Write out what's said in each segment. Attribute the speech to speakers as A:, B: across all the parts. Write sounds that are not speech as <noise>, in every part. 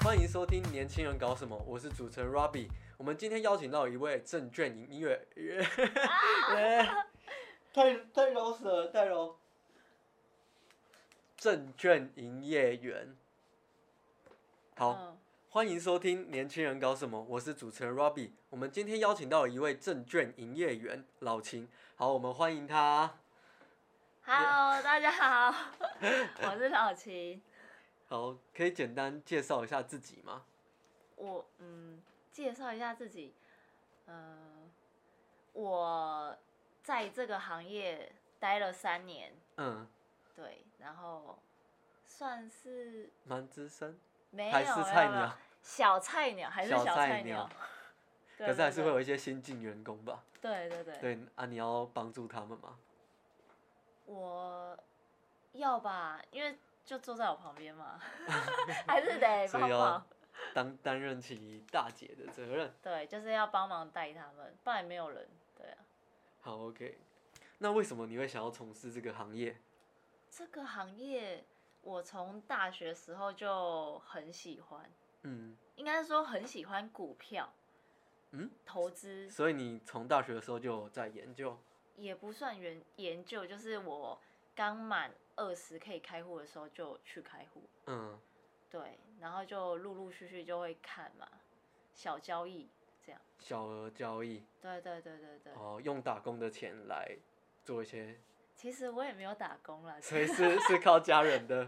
A: 欢迎收听《年轻人搞什么》，我是主持人 Robbie。我们今天邀请到一位证券营业员，太太饶舌了，太饶。证券营业员，好，
B: 嗯
A: 欢迎收听《年轻人搞什么》，我是主持人 Robbie。我们今天邀请到了一位证券营业员老秦，好，我们欢迎他。 <laughs>
B: Hello，大家好， <laughs> 我是老秦。
A: 好，可以简单介绍一下自己吗？
B: 我嗯，介绍一下自己。呃，我在这个行业待了三年，
A: 嗯，
B: 对，然后算是
A: 蛮资深，
B: 没有
A: 还是菜
B: 没有没有
A: 鸟，
B: 小菜鸟还是
A: 小菜
B: 菜
A: 鸟
B: 鸟，对
A: 可是还是会。
B: 对
A: 有一些新进员工吧？
B: 对对对，
A: 对啊，你要帮助他们吗？
B: 我要吧，因为就坐在我旁边嘛， <laughs> 还是得
A: 所
B: 帮
A: 以
B: 忙
A: 要。当担任起大姐的责任。
B: 对，就是要帮忙带他们，不然没有人。对啊，
A: 好，OK。那为什么你会想要从事这个行业？
B: 这个行业我从大学时候就很喜欢，
A: 嗯，
B: 应该说很喜欢股票。
A: 嗯，
B: 投资
A: 所以你从大学的时候就有在研究。
B: 也不算研研究，就是我刚满二十可以开户的时候就去开户，
A: 嗯，
B: 对，然后就陆陆续续就会看嘛，小交易这样。
A: 小额交易，
B: 对对对对对，
A: 哦，用打工的钱来做一些，
B: 其实我也没有打工啦，
A: 所以是是靠家人的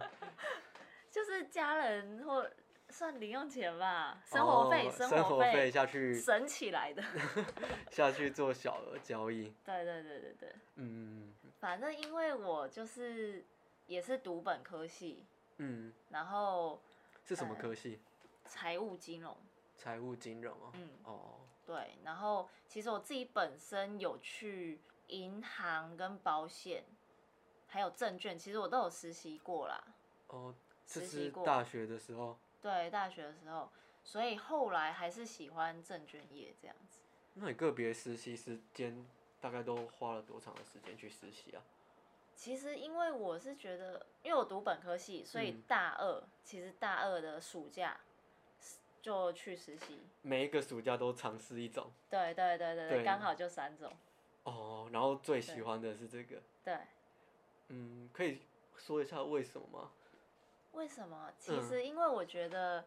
B: 就是家人或算零用钱吧， <laughs> 生
A: 哦
B: 活费、
A: 生
B: 活
A: 活费下去
B: 省起来的。 <laughs>
A: 下去做小额交易。
B: 对对对对对，
A: 嗯
B: 反正因为我就是也是读本科系，
A: 嗯，
B: 然后
A: 是什么
B: 嗯
A: 科系？
B: 财务金融，
A: 财务金融哦。
B: 嗯，
A: 哦，
B: 对，然后其实我自己本身有去银行跟保险，还有证券，其实我都有实习过啦。
A: 哦，这
B: 实
A: 是
B: 习过
A: 大学的时候。
B: 对，大学的时候，所以后来还是喜欢证券业这样子。
A: 那你个别实习时间大概都花了多长的时间去实习啊？
B: 其实，因为我是觉得，因为我读本科系，所以
A: 嗯
B: 大二、其实大二的暑假就去实习。
A: 每一个暑假都尝试一种
B: 对对对对
A: 对
B: 对，刚好就三种。
A: 哦，然后最喜欢的是这个，
B: 对，
A: 嗯，可以说一下为什么吗？
B: 为什么？其
A: 嗯
B: 实因为我觉得，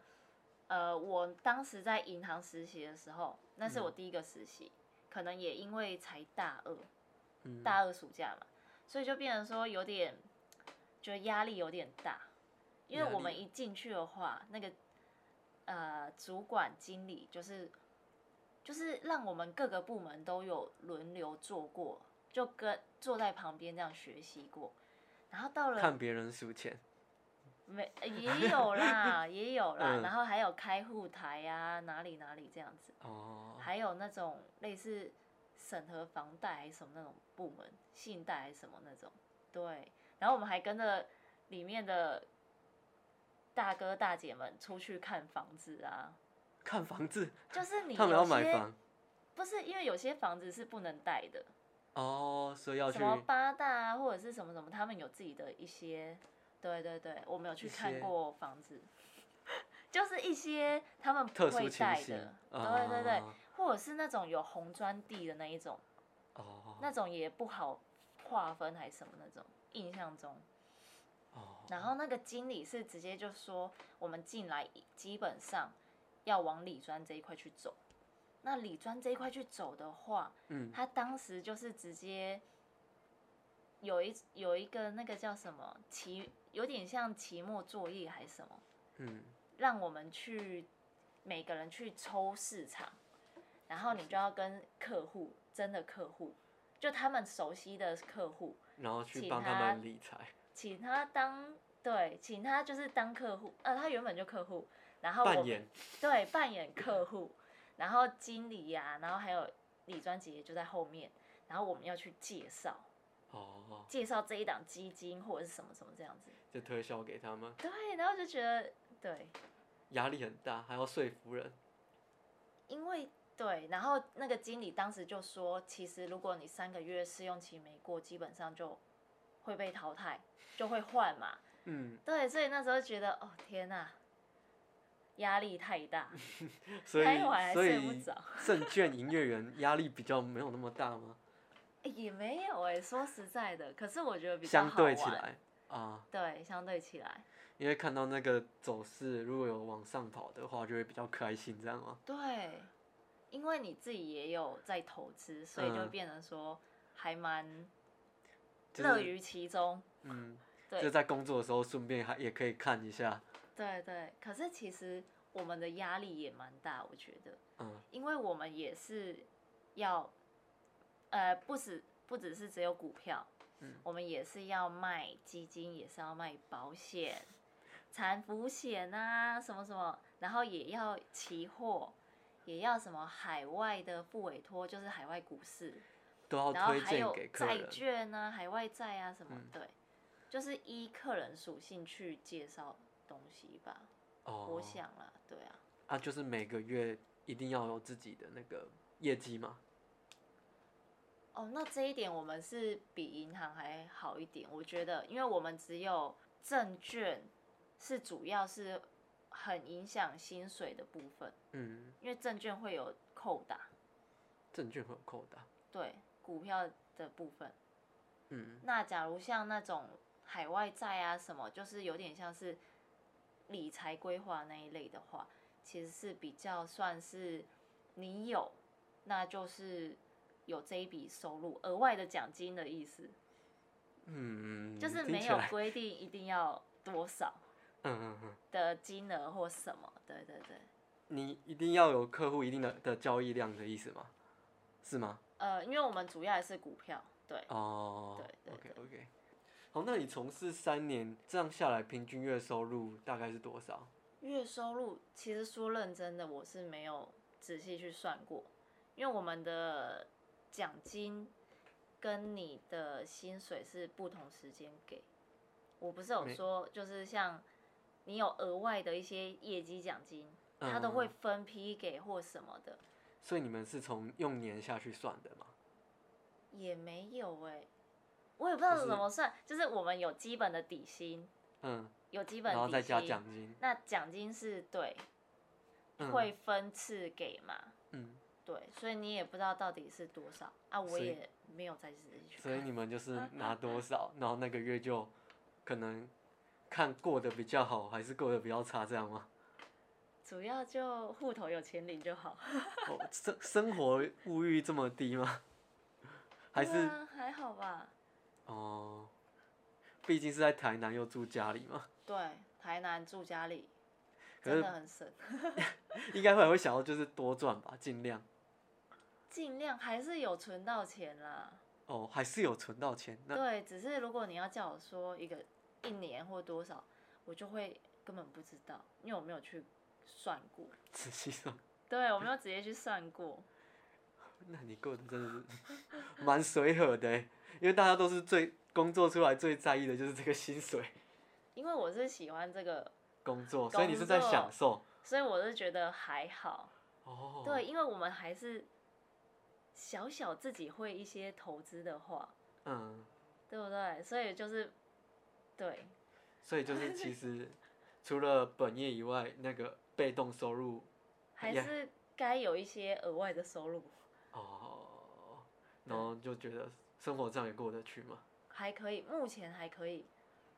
B: 呃，我当时在银行实习的时候，那是我第一个实习，可能也因为才大二，
A: 嗯，
B: 大二暑假嘛，所以就变成说有点觉得压力有点大，因
A: 压
B: 为
A: 力
B: 我们一进去的话，那个呃主管经理就是就是让我们各个部门都有轮流做过，就跟坐在旁边这样学习过，然后到了
A: 看别人数钱，
B: 没呃也
A: <laughs>
B: 有啦也有啦，
A: 嗯
B: 然后还有开户台啊哪里哪里这样子，
A: 哦，
B: 还有那种类似审核房贷还是什么那种部门，信贷还是什么那种，对。然后我们还跟着里面的大哥大姐们出去看房子啊，
A: 看房子，
B: 就是你
A: 他们要
B: 有
A: 买
B: 些
A: 房
B: 不是因为有些房子是不能贷的，
A: 哦，所以要去
B: 什么八大啊或者是什么什么，他们有自己的一些，对对对，我们有去
A: 一些
B: 看过房子， <laughs> 就是一些他们不
A: 特殊
B: 会
A: 情
B: 贷
A: 形
B: 的，，
A: 啊
B: 对对对，，或者是那种有红砖地的那一种。
A: 哦，
B: 那种也不好划分还是什么那种，印象中。
A: 哦，
B: 然后那个经理是直接就说，我们进来基本上要往理专这一块去走。那理专这一块去走的话，
A: 嗯，
B: 他当时就是直接有一有一个那个叫什么期，有点像期末作业还是什么，
A: 嗯，
B: 让我们去每个人去抽市场，然后你就要跟客户，真的客户，就他们熟悉的客户，
A: 然后去
B: 请
A: 帮他
B: 他
A: 们理财，
B: 请他当对，请他就是当客户，呃，他原本就客户，然后我
A: 扮
B: 们
A: 演，
B: 对扮演客户，然后经理呀、然后还有李专姐就在后面，然后我们要去介绍
A: 哦，
B: 介绍这一档基金或者是什么什么这样子，
A: 就推销给他们，
B: 对，然后就觉得对，
A: 压力很大，还要说服人，
B: 因为对，然后那个经理当时就说，其实如果你三个月试用期没过，基本上就会被淘汰，就会换嘛。
A: 嗯，
B: 对，所以那时候觉得，哦天呐，压力太大，
A: 所以
B: 开完还
A: 所
B: 睡不
A: 以
B: 着
A: 证券营业员压力比较没有那么大吗？
B: 欸也没有哎、说实在的，可是我觉得比较
A: 相
B: 好
A: 对
B: 玩。
A: 起来啊，
B: 对，相对起来，
A: 因为看到那个走势如果有往上跑的话，就会比较开心，这样吗？
B: 对，因为你自己也有在投资，所以就
A: 嗯
B: 变成说还蛮
A: 就
B: 乐
A: 是
B: 于其中。
A: 嗯，
B: 对
A: 就在工作的时候顺便还也可以看一下，
B: 对对，可是其实我们的压力也蛮大，我觉得，
A: 嗯
B: 因为我们也是要，呃，不只不只是只有股票，
A: 嗯
B: 我们也是要卖基金，也是要卖保险、产福险啊，什么什么，然后也要期货，也要什么海外的付委托，就是海外股市，
A: 都要
B: 然后
A: 推
B: 还
A: 荐
B: 有
A: 给客
B: 债
A: 人。
B: 券啊、海外债啊什么，
A: 嗯
B: 对，就是依客人属性去介绍东西吧。我
A: 哦，
B: 想啦，对啊，
A: 啊，就是每个月一定要有自己的那个业绩嘛。
B: 哦，那这一点我们是比银行还好一点，我觉得，因为我们只有证券是主要是很影响薪水的部分，
A: 嗯，
B: 因为证券会有扣打，
A: 证券会有扣啊打。
B: 对股票的部分。
A: 嗯，
B: 那假如像那种海外债啊什么，就是有点像是理财规划那一类的话，其实是比较算是你有，那就是有这一笔收入额外的奖金的意思，
A: 嗯，
B: 就是
A: 听
B: 没
A: 起
B: 有
A: 来
B: 规定一定要多少
A: 嗯嗯嗯，
B: 的金额或什么。对对对，
A: 你一定要有客户一定的的交易量的意思吗？是吗？
B: 呃，因为我们主要还是股票，对，
A: 哦，
B: 对
A: o k
B: 对
A: OK。好，那你从事三年，这样下来平均月收入大概是多少？
B: 月收入其实说认真的，我是没有仔细去算过，因为我们的奖金跟你的薪水是不同时间给。我不是有
A: 没
B: 说，就是像你有额外的一些业绩奖金，它都会
A: 嗯
B: 分批给或什么的，
A: 所以你们是从用年下去算的嘛？
B: 也没有哎、我也不知道
A: 就是
B: 怎么算，就是我们有基本的底薪，
A: 嗯，
B: 有基本
A: 然后
B: 底
A: 再加
B: 薪
A: 奖，金。
B: 那奖金是对
A: 嗯，
B: 会分次给嘛，
A: 嗯，
B: 对，所以你也不知道到底是多少啊，我
A: 所以
B: 也没有再仔细去
A: 所以
B: 看。
A: 你们就是拿多少，然后那个月就可能看过得比较好，还是过得比较差，这样吗？ <laughs>
B: 主要就户头有钱领就好。
A: 哦，生生活物欲这么低吗？还
B: 对
A: 是
B: 啊、还好吧？
A: 哦，毕竟是在台南又住家里嘛，
B: 对，台南住家里
A: 可
B: 真
A: 是
B: 的很省，
A: 应该会会想要就是多赚吧，尽量。
B: 尽量还是有存到钱啦。
A: 哦，还是有存到钱，那
B: 对，只是如果你要叫我说一个一年或多少，我就会根本不知道，因为我没有去算过。
A: 仔细算， <laughs>
B: 对，我没有直接去算过。
A: 那你过得真的是 <laughs> 蛮随和的欸，因为大家都是最工作出来最在意的就是这个薪水
B: 因为我是喜欢这个，
A: 工作，所以你是
B: 工
A: 在
B: 作
A: 享受。
B: 所以我是觉得还好。
A: 哦，
B: 对，，因为我们还是小小自己会一些投资的话，
A: 嗯，
B: 对不对？所以就是对
A: 所以就是其实除了本业以外，那个被动收入
B: 还
A: Yeah
B: 是该有一些额外的收入，
A: 哦，
B: 对
A: 然后就觉得生活这样也过得去嘛。
B: 还可以，目前还可以，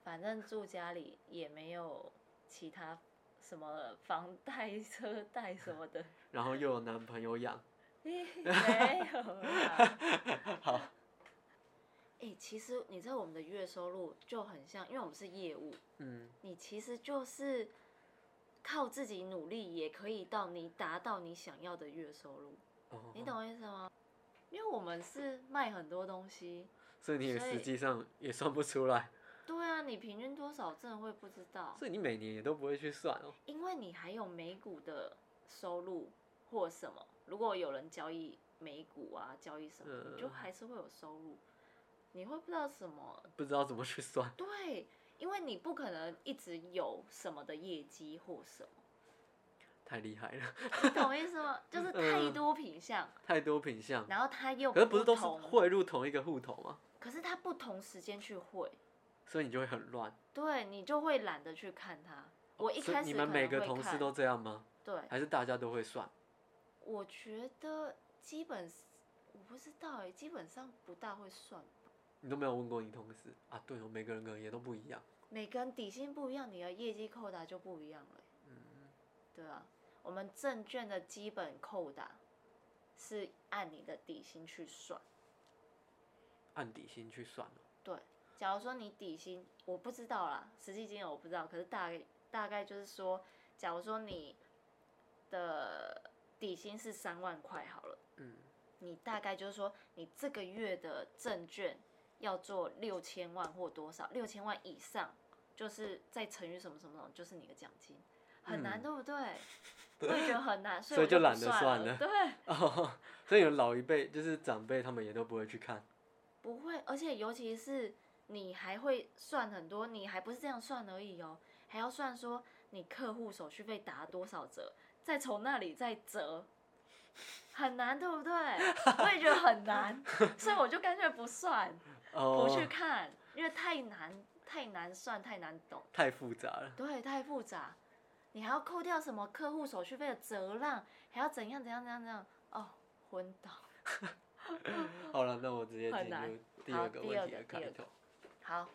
B: 反正住家里也没有其他什么房贷、车贷什么
A: <laughs>
B: 的，
A: 然后又有男朋友养，
B: 没有啦。
A: <laughs> 好，
B: 哎、其实你知道我们的月收入就很像，因为我们是业务，
A: 嗯，
B: 你其实就是靠自己努力，也可以到你达到你想要的月收入，
A: 哦，
B: 你懂我意思吗？因为我们是卖很多东西，
A: 所以你也
B: 所
A: 实
B: 以
A: 际上也算不出来，
B: 对啊，你平均多少真的会不知道，
A: 所以你每年也都不会去算哦。
B: 因为你还有美股的收入或什么，如果有人交易美股啊，交易什么，你就
A: 嗯
B: 还是会有收入，你会不知道什么
A: 不知道怎么去算。
B: 对，因为你不可能一直有什么的业绩或什么，
A: 太厉害了， <laughs>
B: 你懂我意思吗？就是太
A: 嗯
B: 多品项。
A: 太多品相。
B: 然后他又
A: 可是不是都是
B: 同
A: 汇入同一个户头吗？
B: 可是他不同时间去汇，
A: 所以你就会很乱。
B: 对你就会懒得去看它。我一
A: 哦所
B: 开
A: 以
B: 始
A: 你们
B: 可
A: 每
B: 能
A: 个
B: 会
A: 同事
B: 看
A: 都这样吗？
B: 对，
A: 还是大家都会算？
B: 我觉得基本我不知道哎、基本上不大会算，
A: 你都没有问过你同事啊？对哦，每个人可能也都不一样。
B: 每个人底薪不一样，你的业绩扣打就不一样了欸、
A: 嗯
B: 对啊，我们证券的基本扣打是按你的底薪去算。
A: 按底薪去算哦
B: 对，假如说你底薪，我不知道啦，实际金额我不知道，可是大概大概就是说，假如说你的底薪是三万块好了，
A: 嗯，
B: 你大概就是说你这个月的证券要做六千万或多少，六千万以上，就是再乘以什么什么什么，就是你的奖金，很难，
A: 嗯
B: 对
A: <laughs>
B: 不对？我也觉得很难，所以
A: 所以
B: 我
A: 就
B: 不
A: 懒得
B: 算
A: 算了
B: 对，
A: 哦， <laughs> 所以有老一辈就是长辈，他们也都不会去看。
B: 不会，而且尤其是你还会算很多，你还不是这样算而已哦，还要算说你客户手续费打了多少折，再从那里再折，很难，对不对？我也觉得很难，所以我就干脆不算，
A: 哦
B: 不，去看，因为太难，太难算，太难懂，
A: 太复杂了。
B: 对，太复杂，你还要扣掉什么客户手续费的折让，还要怎样怎样怎样怎样，哦，昏倒。
A: 好了，那我直接
B: 很
A: 进
B: 难
A: 入第
B: 好
A: 二个
B: 第
A: 问
B: 二
A: 题
B: 个
A: 的
B: 第
A: 开
B: 二
A: 头
B: 个。好，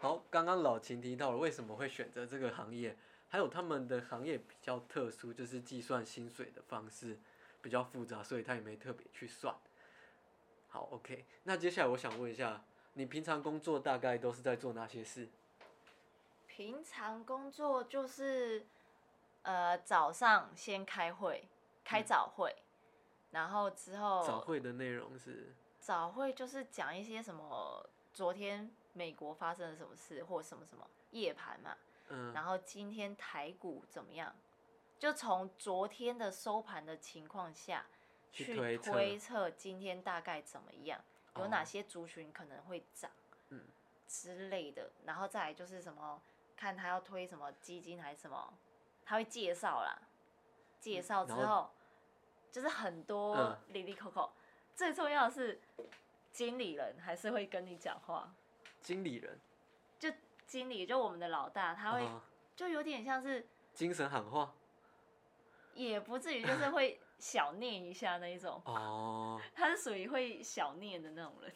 A: 好，刚刚老秦提到了为什么会选择这个行业，还有他们的行业比较特殊，就是计算薪水的方式比较复杂，所以他也没特别去算。好，OK，那接下来我想问一下，你平常工作大概都是在做哪些事？
B: 平常工作就是，呃，早上先开会，开早会，然后之后
A: 早会的内容是，
B: 早会就是讲一些什么昨天美国发生了什么事或什么什么夜盘嘛，
A: 嗯，
B: 然后今天台股怎么样，就从昨天的收盘的情况下
A: 去
B: 去
A: 推测
B: 推测今天大概怎么样，有哪
A: 哦
B: 些族群可能会涨，
A: 嗯
B: 之类的，然后再来就是什么，看他要推什么基金还是什么，他会介绍啦，介绍之
A: 嗯然后
B: 后就是很多
A: 嗯
B: 里里口口，最重要的是经理人还是会跟你讲话，
A: 经理人，
B: 就经理就我们的老大，他会
A: 啊
B: 就有点像是。
A: 精神喊话，
B: 也不至于就是会小念一下那一种，
A: 哦，
B: 他是属于会小念的那种人。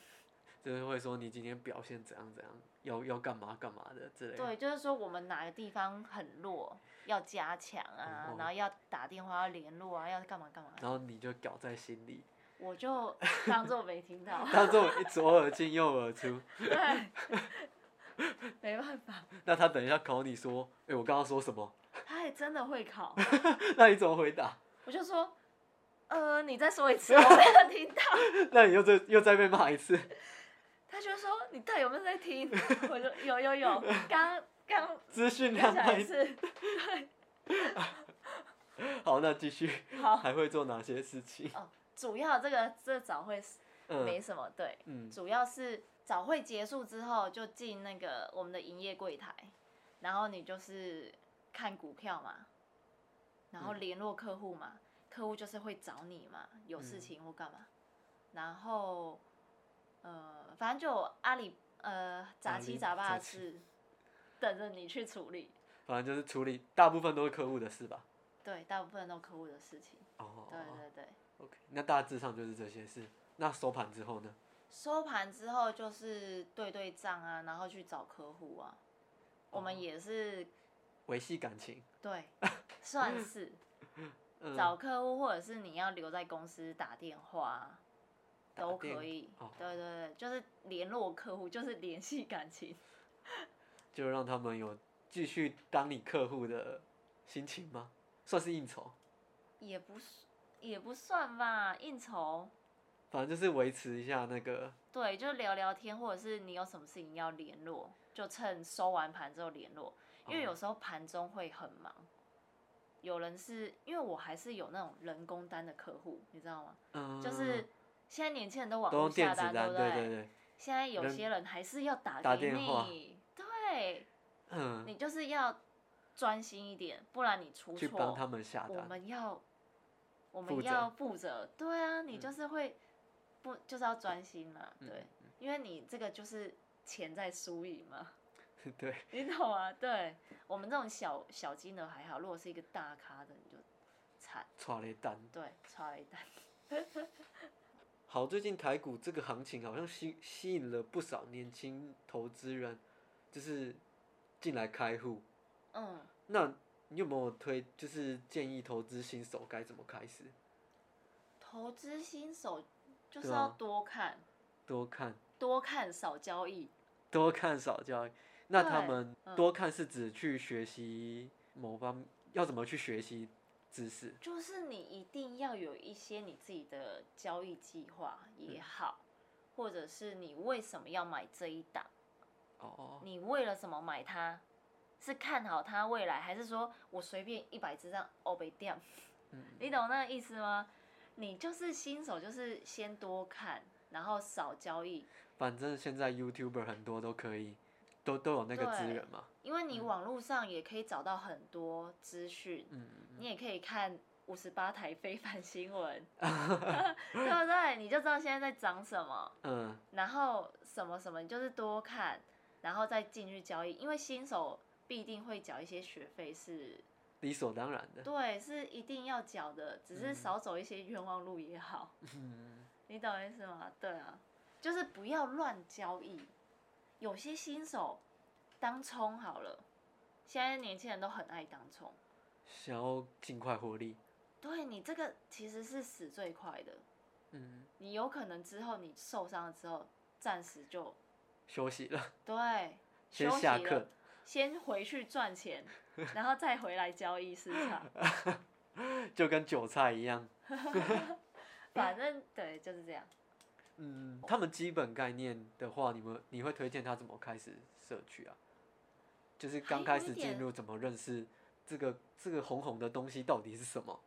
A: 就是会说你今天表现怎样怎样，要要干嘛干嘛的之类的。
B: 对，就是说我们哪个地方很弱，要加强啊，
A: 哦
B: 然后要打电话要联络啊，要干嘛干嘛，
A: 然后你就搞在心里，
B: 我就当做没
A: <laughs>
B: 听到。
A: 当做左耳进右耳出。
B: 对，没办法，
A: 那他等一下考你说，哎、我刚刚说什么？ <laughs>
B: 他还真的会考，
A: 那你怎么回答？
B: 我就说，呃，你再说一次，我没有听到。
A: 那你又再又再被骂一次。
B: 他就说你到底有没有在听？ <laughs> 我就有有有，刚刚
A: 资讯量
B: 刚才
A: 太
B: 是
A: 好，那继续
B: 好。
A: 还会做哪些事情？
B: 哦，主要这个这早会是没
A: 嗯
B: 什么，对，
A: 嗯，
B: 主要是早会结束之后就进那个我们的营业柜台，然后你就是看股票嘛，然后
A: 嗯
B: 联络客户嘛，客户就是会找你嘛，有
A: 嗯
B: 事情或干嘛，然后呃，反正就有阿里呃杂
A: 阿
B: 七
A: 里
B: 杂八
A: 杂
B: 的
A: 七
B: 事等着你去处理，
A: 反正就是处理大部分都是客户的事吧。
B: 对，大部分都客户的事情，
A: 哦
B: 对对对。
A: ，OK，那大致上就是这些事。那收盘之后呢？
B: 收盘之后就是对对账啊，然后去找客户啊。我
A: 哦
B: 们也是
A: 维系感情。 <laughs>
B: 对，算是
A: 嗯，
B: 找客户，或者是你要留在公司打电话啊，
A: 打
B: 都
A: 电
B: 可以
A: 哦。
B: 对对对，就是联络客户，就是联系感情。
A: 就让他们有继续当你客户的心情吗？算是应酬，
B: 也不是也不算吧，应酬。
A: 反正就是维持一下那个
B: 对，就聊聊天，或者是你有什么事情要联络，就趁收完盘之后联络，因为
A: 嗯
B: 有时候盘中会很忙。有人是因为我还是有那种人工单的客户，你知道吗？
A: 嗯，
B: 就是现在年轻人都网
A: 都
B: 络
A: 用电
B: 下
A: 子
B: 单，
A: 单，
B: 不
A: 对对对，
B: 现在有
A: 人
B: 些人还是要打
A: 打
B: 给
A: 电话
B: 你，对
A: 嗯，
B: 你就是要专心一点，不然你出
A: 去帮他
B: 错，
A: 们下
B: 我
A: 单。
B: 们要我
A: 负
B: 们
A: 责
B: 要负责，对啊，你就是会、不就是要专心嘛，
A: 嗯
B: 对，因为你这个就是钱在输赢嘛， <laughs>
A: <laughs> 对，
B: 你懂吗？对我们这种小小金额还好，如果是一个大咖的，你就惨，
A: 抓雷蛋。
B: 对，差了一单。
A: 好，最近台股这个行情好像吸吸引了不少年轻投资人，就是进来开户。
B: 嗯，
A: 那你有没有推，就是建议投资新手该怎么开始？
B: 投资新手就是
A: 对啊
B: 要多看，
A: 多看，
B: 多看少交易。
A: 多看少交易。那他
B: 对
A: 们
B: 嗯
A: 多看是指去学习某方，要怎么去学习知识？
B: 就是你一定要有一些你自己的交易计划
A: 嗯
B: 也好，或者是你为什么要买这一档，
A: 哦，
B: 你为了什么买它，是看好它未来，还是说我随便一百只这样哦被掉？
A: 嗯，
B: 你懂那个意思吗？你就是新手，就是先多看，然后少交易，
A: 反正现在 YouTuber 很多都可以，都都有那个资
B: 对
A: 源嘛。
B: 因为你
A: 嗯
B: 网络上也可以找到很多资讯，
A: 嗯，嗯
B: 你也可以看五十八台非凡新闻，对不对？你就知道现在在涨什么。
A: 嗯，
B: 然后什么什么，你就是多看，然后再进去交易，因为新手必定会缴一些学费是，
A: 理所当然的。
B: 对，是一定要缴的，只是
A: 嗯
B: 少走一些冤枉路也好，
A: 嗯，
B: 你懂我意思吗？对啊，就是不要乱交易，有些新手当冲好了，现在年轻人都很爱当冲，
A: 想要尽快获利。
B: 对你这个其实是死最快的，
A: 嗯，
B: 你有可能之后你受伤了之后，暂时就
A: 休息
B: <laughs>
A: 了，
B: 对。
A: 先
B: 休息
A: 下
B: 了
A: 课。
B: 先回去赚钱，然后再回来交易市场。
A: 就跟韭菜一样。
B: 反正对，就是这样。
A: 嗯，他们基本概念的话，你们你会推荐他怎么开始摄取啊？就是
B: 还
A: 刚
B: 有
A: 开
B: 一
A: 始进
B: 点
A: 入怎么认识这个这个红红的东西到底是什么？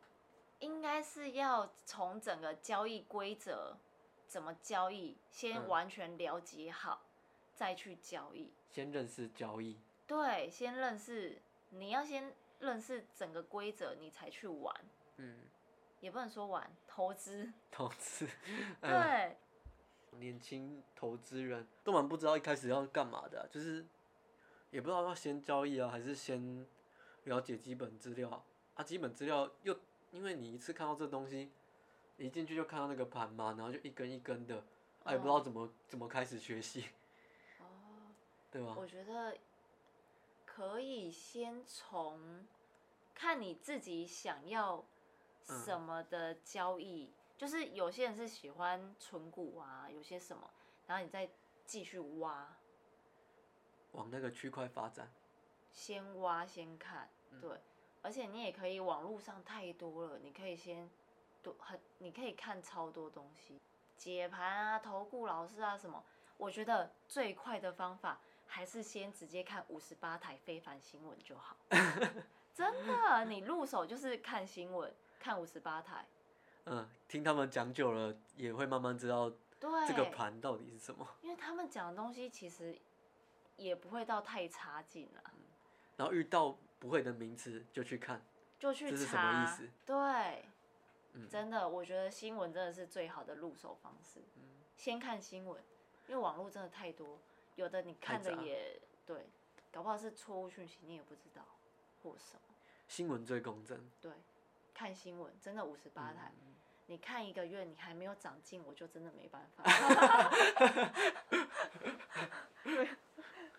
B: 应该是要从整个交易规则怎么交易，先
A: 嗯
B: 完全了解好，再去交易。
A: 先认识交易，
B: 对，先认识，你要先认识整个规则，你才去玩，
A: <laughs> 嗯，
B: 也不能说玩投资。
A: 投资，
B: 对，
A: 嗯，年轻投资人都蛮不知道一开始要干嘛的啊、就是也不知道要先交易啊，还是先了解基本资料啊啊。基本资料又因为你一次看到这东西，你一进去就看到那个盘嘛，然后就一根一根的，啊，也不知道怎么怎么开始学习，
B: 哦，
A: 对吧？
B: 我觉得可以先从看你自己想要什么的交易，就是有些人是喜欢存股啊，有些什么，然后你再继续挖，
A: 往那个区块发展，
B: 先挖先看，
A: 嗯
B: 对，而且你也可以网络上太多了，你可以先多很，你可以看超多东西，解盘啊、投顾老师啊什么。我觉得最快的方法还是先直接看五十八台非凡新闻
A: <laughs>
B: 就好，真的，你入手就是看新闻，看五十八台，
A: 嗯，听他们讲久了，也会慢慢知道
B: 对，
A: 这个盘到底是什么。
B: 因为他们讲的东西其实也不会到太差劲啊了。
A: 嗯然后遇到不会的名词就去看，
B: 就去
A: 这是什么意
B: 查，
A: 思
B: 对，
A: 嗯
B: 真的，我觉得新闻真的是最好的入手方式。
A: 嗯
B: 先看新闻，因为网络真的太多，有的你看的
A: 杂
B: 也对，搞不好是错误讯息，你也不知道或什么。
A: 新闻最公正。
B: 对，看新闻真的五十八
A: 嗯
B: 台，你看一个月你还没有长进，我就真的没
A: <laughs>
B: 办法。 <laughs>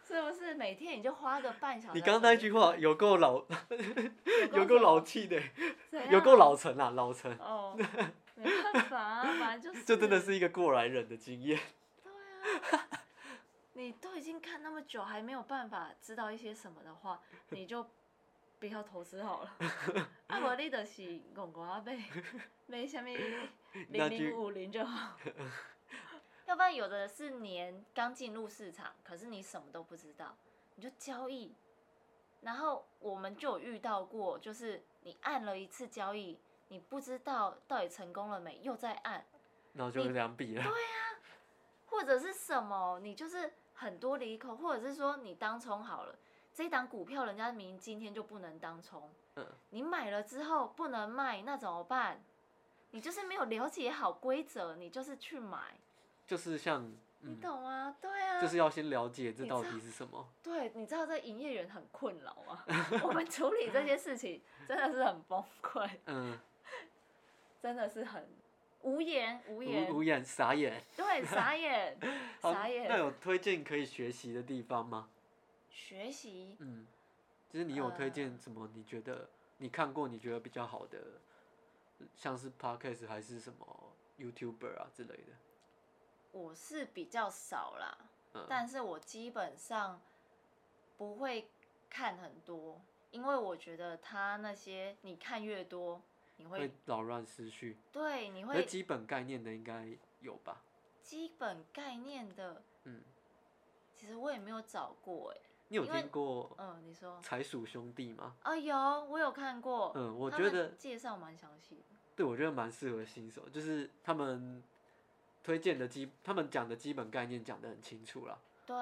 B: 是不是每天你就花个半小时？
A: 你刚刚那一句话有够老，有够
B: 什么
A: 老气的欸，
B: 怎
A: 有
B: 样
A: 够老成啊，老成，
B: 哦，没办法、啊，反正就是
A: 这真的是一个过来人的经验。
B: 对啊，你都已经看那么久，还没有办法知道一些什么的话，你就不要投资好了。啊，我你就是戆戆啊呗，没什么
A: 那
B: 零
A: 句
B: 零五零就好。要不然有的是年刚进入市场，可是你什么都不知道，你就交易。然后我们就有遇到过，就是你按了一次交易，你不知道到底成功了没，又再按，
A: 然后就
B: 你
A: 两笔了，
B: 或者是什么，你就是很多离口，或者是说你当冲好了，这一档股票人家明今天就不能当冲，
A: 嗯
B: 你买了之后不能卖，那怎么办？你就是没有了解好规则，你就是去买，
A: 就是像
B: 你懂吗？对啊，
A: 嗯就是要先了解这
B: 你
A: 到
B: 知
A: 底是什么。
B: 对，你知道这营业员很困扰吗？ <laughs> 我们处理这些事情真的是很崩溃，
A: 嗯，
B: 真的是很无言无言，
A: 无无眼傻眼。
B: 对，傻眼
A: <laughs> 好，
B: 傻
A: 那
B: 眼。
A: 有推荐可以学习的地方吗？
B: 学习
A: 嗯，就是你有推荐
B: 呃
A: 什么？你觉得你看过你觉得比较好的，像是 podcast 还是什么 YouTuber 啊之类的？
B: 我是比较少啦，
A: 嗯，
B: 但是我基本上不会看很多，因为我觉得他那些你看越多，你会
A: 会扰乱思绪。
B: 对你
A: 那
B: 会
A: 基本概念的应该有吧？
B: 基本概念的，
A: 嗯，
B: 其实我也没有找过哎、
A: 你有
B: 因为
A: 听过
B: 嗯，你说
A: 财鼠兄弟吗？
B: 啊、有我有看过，
A: 嗯，我
B: 他
A: 觉
B: 们
A: 得
B: 介绍蛮详细的。
A: 对，我觉得蛮适合新手，就是他们推荐的基，他们讲的基本概念讲得很清楚啦。
B: 对，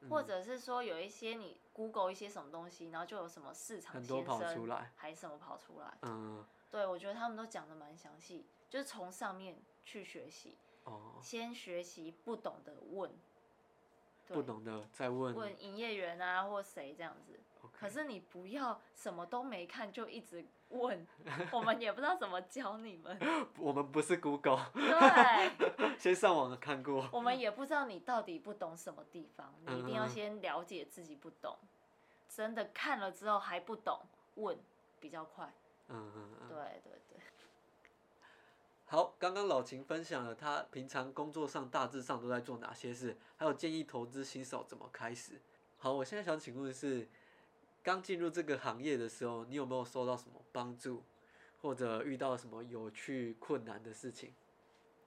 A: 嗯
B: 或者是说有一些你 Google 一些什么东西，然后就有什么市场
A: 很多
B: 先
A: 跑
B: 生
A: 出来
B: 还是什么跑出来。
A: 嗯，
B: 对，我觉得他们都讲的蛮详细，就是从上面去学习，
A: 哦，
B: 先学习不懂的问，对
A: 不懂的再问。
B: 问营业员啊或谁这样子。
A: 嗯 OK
B: 可是你不要什么都没看就一直问，我们也不知道怎么教你
A: <laughs>
B: 们。
A: 我们不是 Google， <laughs>
B: 对，
A: 先上网看过。
B: 我们也不知道你到底不懂什么地方，你一定要
A: 嗯
B: 先了解自己不懂。真的看了之后还不懂，问比较快。
A: 嗯嗯嗯。
B: 对对对，
A: 好，刚刚老秦分享了他平常工作上大致上都在做哪些事，还有建议投资新手怎么开始。好，我现在想请问的是，刚进入这个行业的时候，你有没有受到什么帮助，或者遇到什么有趣困难的事情？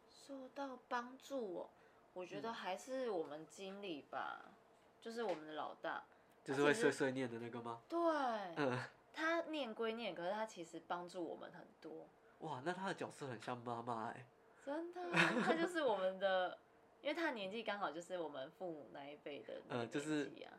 B: 受到帮助哦，我觉得还是我们经理吧，就是我们的老大。
A: 就是会碎碎念的那个吗？
B: 对，
A: 嗯，
B: 他念归念，可是他其实帮助我们很多，
A: 哇，那他的角色很像妈妈哎，
B: 真的，他就是我们的，因为他年纪刚好就是我们父母那一辈的那个
A: 嗯就是
B: 年纪啊。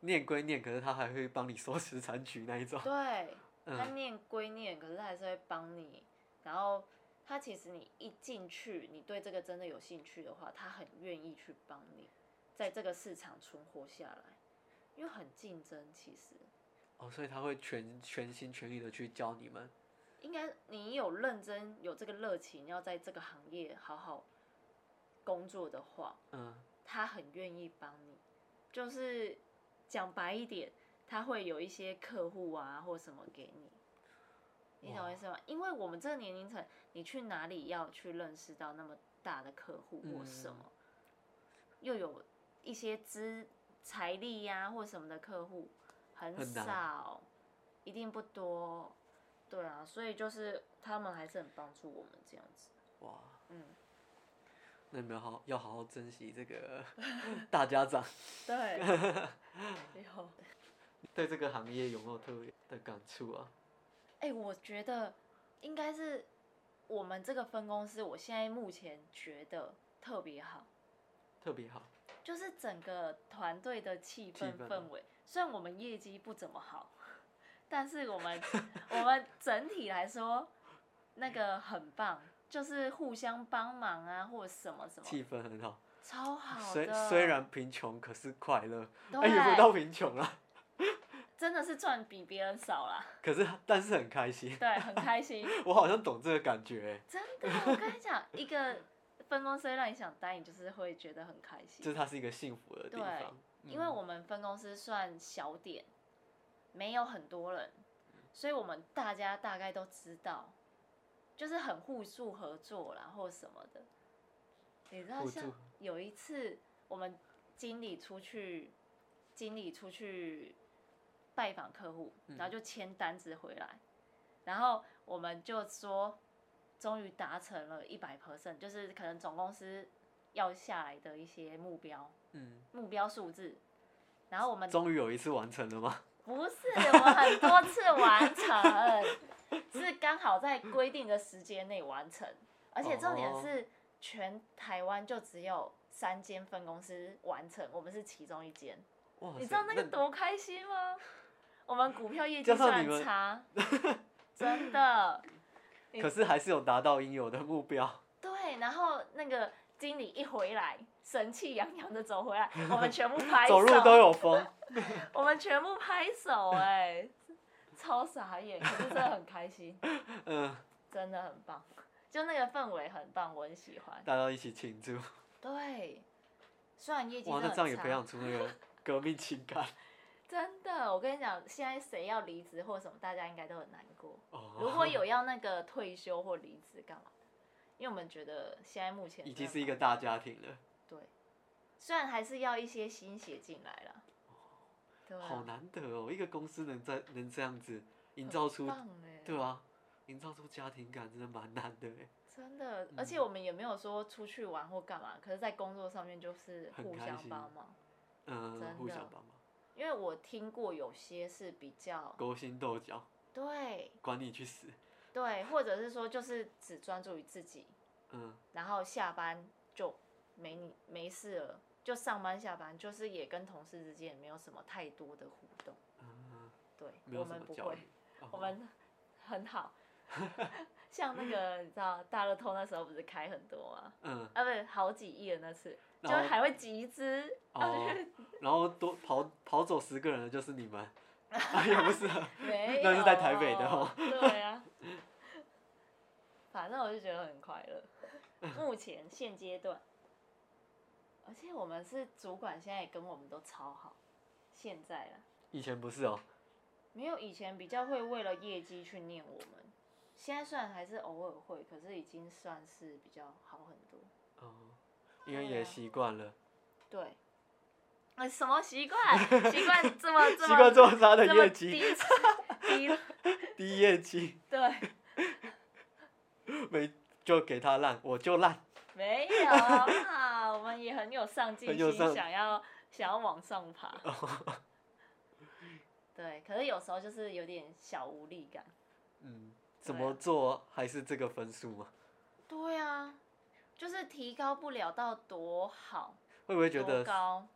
A: 念归念，可是他还会帮你收拾残局那一
B: <laughs>
A: 种。
B: 对，他
A: 嗯
B: 念归念，可是他还是会帮你。然后他其实你一进去，你对这个真的有兴趣的话，他很愿意去帮你在这个市场存活下来，因为很竞争。其实
A: 哦，所以他会全全心全意的去教你们。
B: 应该你有认真有这个热情，要在这个行业好好工作的话，
A: 嗯，
B: 他很愿意帮你。就是讲白一点，他会有一些客户啊或什么给你，你懂我意思吗？因为我们这个年龄层，你去哪里要去认识到那么大的客户或什么，又有一些资财力呀、或什么的客户很
A: 很难
B: 少，一定不多。对啊，所以就是他们还是很帮助我们这样子。
A: 哇，
B: 嗯，
A: 那你们好要好好珍惜这个大家长。
B: 对，哎有。
A: <laughs> 对这个行业有没有特别的感触啊？
B: 哎、我觉得应该是我们这个分公司，我现在目前觉得特别好，
A: 特别好，
B: 就是整个团队的气
A: 气
B: 氛
A: 氛啊
B: 氛围。虽然我们业绩不怎么好，但是我们我们整体来说那个很棒，就是互相帮忙啊，或者什么什么，
A: 气氛很好。
B: 超好
A: 虽
B: 的。
A: 虽然贫穷，可是快乐。哎，也没
B: 对，
A: 到贫穷啦，
B: 真的是赚比别人少啦，
A: 可是但是很开心。 <laughs>
B: 对，很开心。
A: 我好像懂这个感觉欸，
B: 真的，我跟你讲，一个分公司会让你想待，你就是会觉得很开
A: 就
B: 心
A: 是。它是一个幸福的地方。嗯
B: 因为我们分公司算小点，没有很多人，所以我们大家大概都知道，就是很互助合作啦，或什么的。你知道，
A: 互
B: 像
A: 助
B: 有一次我们经理出去，经理出去拜访客户，然
A: 嗯
B: 后就签单子回来，然后我们就说，终于达成了一百 percent，就是可能总公司要下来的一些目标。
A: 嗯，
B: 目标数字，然后我们
A: 终于有一次完成了吗？
B: 不是我很多次完成，是刚好在规定的时间内完成，而且重点
A: 哦
B: 是全台湾就只有三间分公司完成，我们是其中一间，
A: 哇塞，
B: 你知道那个多开心吗？我们股票业绩
A: 加上
B: 虽
A: 你们 <laughs>
B: 然差，真的
A: 可是还是有达到应有的目标。
B: 对，然后那个经理一回来，神气洋洋的走回来，我们全部拍手，
A: <laughs> 走路都有
B: <laughs>
A: 风，
B: 我们全部拍手、哎，超傻眼，可是真的很开心，
A: 嗯，
B: 真的很棒，就那个氛围很棒，我很喜欢。
A: 大家一起庆祝，
B: 对，虽然业绩
A: 哇，
B: 真
A: 那
B: 的
A: 这样
B: 很
A: 也
B: 差，
A: 培养出那个革命情感
B: 真的，我跟你讲，现在谁要离职或什么，大家应该都很难过。
A: 哦。
B: <laughs> 如果有要那个退休或离职干嘛的，因为我们觉得现在目前
A: 已
B: 真
A: 经
B: 的
A: 是一
B: 蛮
A: 个大家庭了，
B: 对，虽然还是要一些新血进来了，对啊、
A: 哦好难得哦，一个公司能在能这样子营造
B: 很
A: 出，
B: 棒哎，
A: 对啊，营造出家庭感真的蛮难的哎，
B: 真的，
A: 嗯
B: 而且我们也没有说出去玩或干嘛，可是，在工作上面就是
A: 很
B: 互
A: 开
B: 相
A: 心
B: 帮忙。真的
A: 嗯，互相帮忙，
B: 因为我听过有些是比较
A: 勾心斗角，
B: 对
A: 管你去死，
B: 对，或者是说就是只专注于自己，
A: 嗯，
B: 然后下班就没你没事了，就上班下班，就是也跟同事之间也没有什么太多的互动。
A: 嗯
B: 对，
A: 没
B: 我
A: 有什
B: 们
A: 么
B: 不
A: 交
B: 会
A: 流，，哦
B: 我们很好。 <laughs> 像那个你知道大乐透那时候不是开很多吗？
A: 嗯，
B: 啊，不是好几亿的那次，就
A: 然后
B: 还会集资，
A: 哦，然后多跑跑走十个人的就是你们，啊也不是啊，
B: <laughs> 没有，
A: 那是在台北的哦。
B: <laughs> 对啊，反正我就觉得很快乐。目前现阶段，而且我们是主管，现在也跟我们都超好。现在啦，
A: 以前不是哦，
B: 没有以前比较会为了业绩去念我们，现在虽然还是偶尔会，可是已经算是比较好很多。
A: 哦，因为
B: 对
A: 也
B: 啊
A: 习惯了，
B: 对，呃，什么习惯？习惯这么
A: <laughs>
B: 这么
A: 习惯做他的
B: 这么
A: 业
B: 低 <laughs>
A: 绩，
B: 低
A: 低业绩，
B: 对。
A: 没就给他烂，我就烂，
B: 没有啊，我们也很有上进
A: 很有
B: 心，
A: 上呃
B: 想要想要往上爬。
A: 哦
B: 对，可是有时候就是有点小无力感。
A: 嗯，怎
B: 对啊
A: 么做还是这个分数吗？
B: 对啊，就是提高不了到多好，
A: 会不会觉
B: 多
A: 得，
B: 高。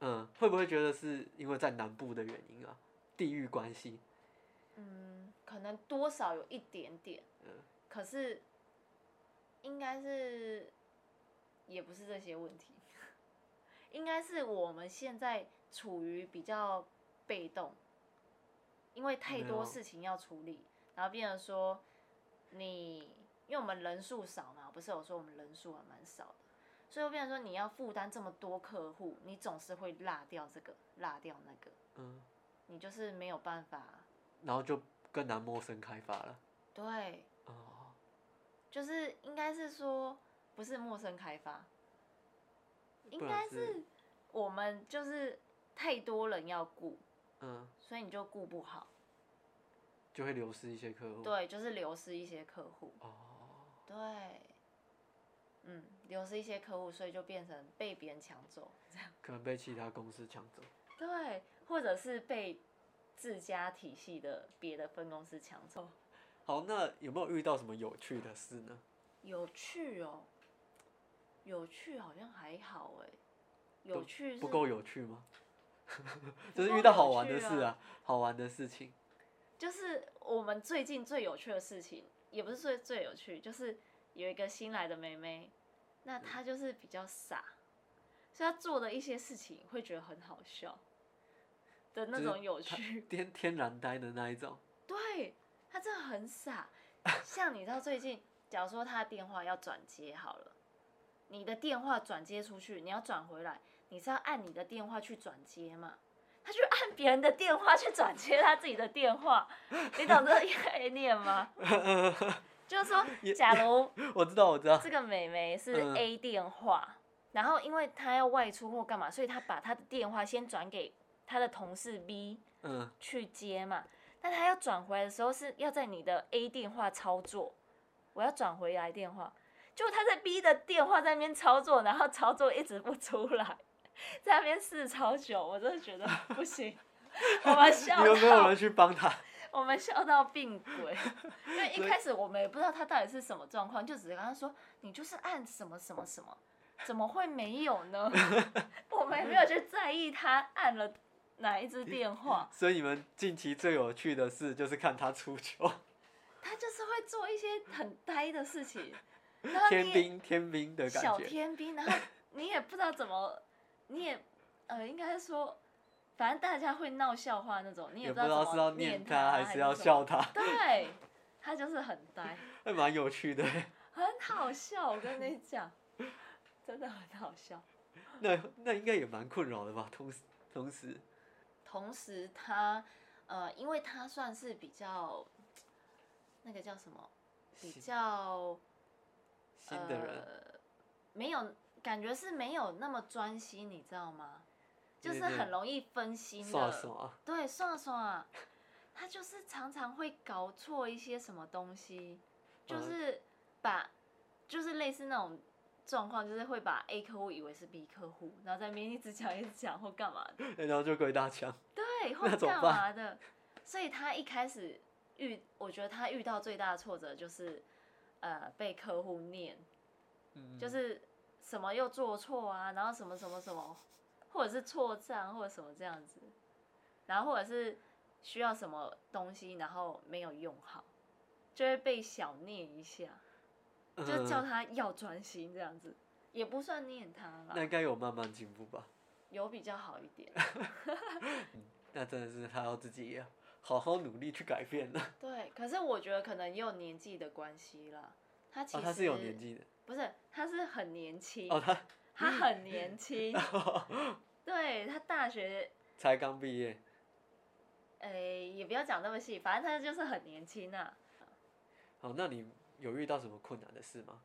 A: 嗯，会不会觉得是因为在南部的原因啊，地域关系，
B: 嗯，可能多少有一点点，
A: 嗯
B: 可是应该是也不是这些问题， <laughs> 应该是我们现在处于比较被动，因为太
A: 没有
B: 多事情要处理，然后变成说你，因为我们人数少嘛，不是有说我们人数还蛮少的，所以会变成说你要负担这么多客户，你总是会落掉这个，落掉那个，
A: 嗯，
B: 你就是没有办法，
A: 然后就更难陌生开发了，
B: 对。
A: 哦，
B: 就是应该是说不是陌生开发，应
A: 不然
B: 该是我们就是太多人要顾，
A: 嗯，
B: 所以你就顾不好，
A: 就会流失一些客户，，
B: 对，就是流失一些客户，
A: 哦，
B: 对，嗯，流失一些客户，所以就变成被别人抢走，这样 <laughs>
A: 可能被其他公司抢走，
B: 对，或者是被自家体系的别的分公司抢走，
A: 好，那有没有遇到什么有趣的事呢？
B: 有趣哦，有趣好像还好哎，有趣是
A: 不够有趣吗？ <laughs>
B: 不
A: 就是
B: 够
A: 遇到
B: 有
A: 好玩
B: 趣
A: 的事
B: 啊
A: 啊，好玩的事情，
B: 就是我们最近最有趣的事情，也不是最最有趣，就是有一个新来的妹妹，那她就是比较傻，所以她做的一些事情会觉得很好笑的
A: 就
B: 那
A: 是
B: 种有
A: 她
B: 趣。
A: 天天然呆的那一种， <laughs>
B: 对，她真的很傻。像你知道最近，假如说她的电话要转接好了，你的电话转接出去，你要转回来，你是要按你的电话去转接嘛？她就按别人的电话去转接她自己的电话，你懂这个概念吗？就是说，假如
A: 我知道，我知道
B: 这，个美眉是
A: 嗯
B: A 电话，然后因为她要外出或干嘛，所以她把她的电话先转给她的同事 B，
A: 嗯，
B: 去接嘛。但他要转回来的时候是要在你的 A 电话操作，我要转回来电话，就他在 B 的电话在那边操作，然后操作一直不出来，在那边试超久，我真的觉得
A: <laughs>
B: 不行，我们笑
A: 有没有
B: 到
A: 人去帮他？
B: 我们笑到病
A: <laughs>
B: 鬼，因为一开始我们也不知道他到底是什么状况，就只是跟他说你就是按什么什么什么，怎么会没有
A: <laughs>
B: 呢？我们也没有去在意他按了哪一支电话。
A: 所以你们近期最有趣的事就是看他出
B: <laughs>
A: 糗，
B: 他就是会
A: <laughs>
B: 做一些很呆的事情，然后
A: 天
B: 你也
A: 兵天兵的感
B: 小
A: 觉，
B: 天兵，然后你也不知道怎么，你也呃，应该是说，反正大家会闹笑话那种，你
A: 也
B: 不
A: 不知道
B: 怎
A: 是
B: 么
A: 要
B: 念
A: 念他还是要
B: 什么
A: 笑。他， <laughs>
B: 对，他就是很呆，
A: 还蛮有趣的。 <laughs>
B: 很好笑，我跟你讲，真的很好笑。
A: 那那应该也蛮困扰的吧？同时同时，
B: 同时他呃，因为他算是比较那个叫什么，比
A: 新
B: 较
A: 新的人、
B: 呃、没有感觉是没有那么专心，你知道吗？就
A: 有
B: 是
A: 点
B: 很容易分心的，
A: 算了算了，
B: 对，算算啊，他就是常常会搞错一些什么东西，就
A: 嗯
B: 是把，就是类似那种状况，就是会把 A 客户以为是 B 客户，然后在那边一直讲一直讲或干嘛的，
A: 然后就鬼打墙。
B: 对，
A: <laughs>
B: 或
A: 那怎么
B: 干
A: 办
B: 嘛的，所以他一开始遇，我觉得他遇到最大的挫折就是，呃，被客户念，
A: 嗯，
B: 就是什么又做错啊，然后什么什么什么，或者是错账或者什么这样子，然后或者是需要什么东西，然后没有用好，就会被小念一下，就
A: 嗯
B: 叫他要专心这样子，也不算念他
A: 那
B: 啦，
A: 应该有慢慢进步吧？
B: 有比较好一点。
A: 那真的是他要自己好好努力去改变了。
B: 对，可是我觉得可能也有年纪的关系啦，他其
A: 哦，
B: 实、
A: 他是有年，纪的。
B: 不是，他是很年轻，
A: 哦，他
B: 他
A: <laughs>
B: 很年轻，对他大学
A: 才刚毕业。
B: 诶，也不要讲那么细，反正他就是很年轻啊。
A: 好，哦那你有遇到什么困难的事吗？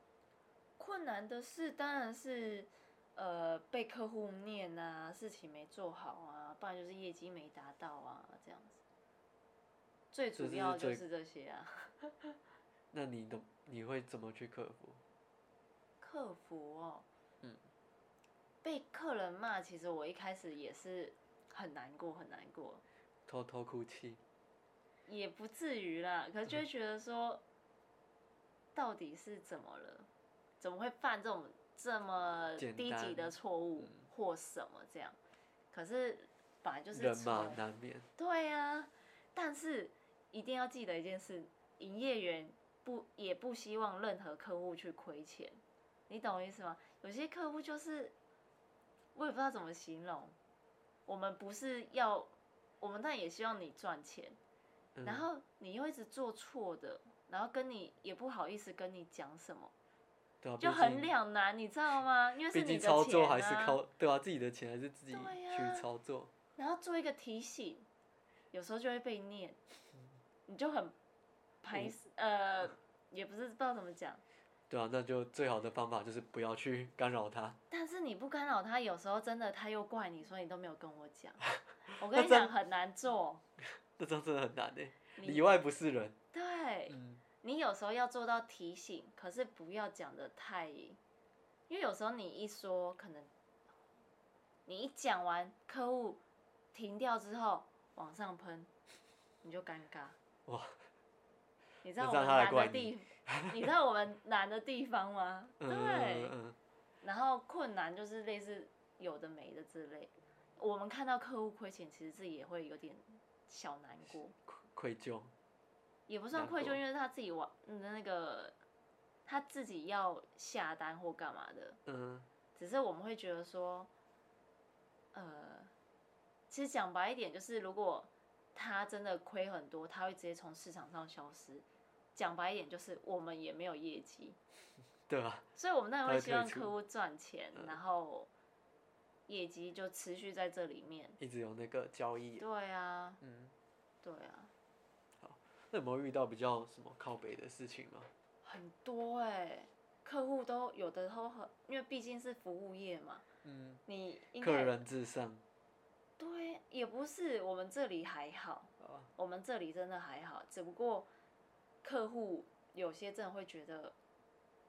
B: 困难的事当然是，呃，被客户念啊，事情没做好啊，不然就是业绩没达到啊，这样子。最
A: 这
B: 主
A: 是
B: 要就
A: 最
B: 是这些啊，
A: 那你的你会怎么去克服？
B: 客服哦，
A: 嗯，
B: 被客人骂，其实我一开始也是很难过，很难过，
A: 偷偷哭泣。
B: 也不至于啦，可是就会觉得说，到底是怎么了？怎么会犯这种这么
A: 简
B: 低级
A: 单
B: 的错误
A: 嗯
B: 或什么这样？可是本来就是
A: 人
B: 错
A: 嘛，，难免。
B: 对啊。但是一定要记得一件事，营业员不也不希望任何客户去亏钱，你懂我意思吗？有些客户就是，我也不知道怎么形容，我们不是要，我们但也希望你赚钱。
A: 嗯、
B: 然后你又一直做错的，然后跟你也不好意思跟你讲什么，
A: 对啊
B: 就
A: 毕
B: 很
A: 竟
B: 两难，你知道吗？因为是
A: 毕
B: 你
A: 竟
B: 的钱、啊、
A: 操作还是靠对啊，自己的钱还是自己
B: 对呀
A: 去操作。
B: 然后做一个提醒，有时候就会被念，你就很排斥呃，也不是不知道怎么讲，
A: 对啊，那就最好的方法就是不要去干扰他。
B: 但是你不干扰他，有时候真的他又怪你说你都没有跟我讲，
A: 那
B: 我跟你
A: 这
B: 讲
A: 样
B: 很难做，
A: 那这样真的很难诶，
B: 你
A: 里外不是人。
B: 对，
A: 嗯，
B: 你有时候要做到提醒，可是不要讲的太，因为有时候你一说，可能你一讲完，客户停掉之后往上喷，你就尴尬。
A: <laughs> 哇！
B: 你知道
A: 那
B: 我
A: 这样
B: 们
A: 他来
B: 难
A: 怪
B: 的
A: 你
B: 地，
A: <laughs>
B: 你知道我们难的地方吗？
A: 嗯
B: 对
A: 嗯，嗯
B: 然后困难就是类似有的没的之类。我们看到客户亏钱，其实自己也会有点小难过。
A: 愧疚。
B: 也不算
A: 难
B: 愧疚，
A: 过
B: 因为他自己玩嗯那个他自己要下单或干嘛的，
A: 嗯，
B: 只是我们会觉得说，呃，其实讲白一点，就是如果他真的亏很多，他会直接从市场上消失。讲白一点，就是我们也没有业绩，
A: 对啊，
B: 所以我们当然
A: 他
B: 会
A: 会
B: 希望
A: 退出嗯
B: 客户赚钱，然后业绩就持续在这里面。
A: 一直有那个交易。
B: 对啊，
A: 嗯，
B: 对啊，
A: 那有没有遇到比较什么靠北的事情吗？
B: 很多哎、客户都有的都很，因为毕竟是服务业嘛，
A: 嗯，
B: 你应
A: 客
B: 该
A: 人至上。
B: 对，也不是我们这里还好，
A: 啊，
B: 我们这里真的还好，只不过客户有些真的会觉得，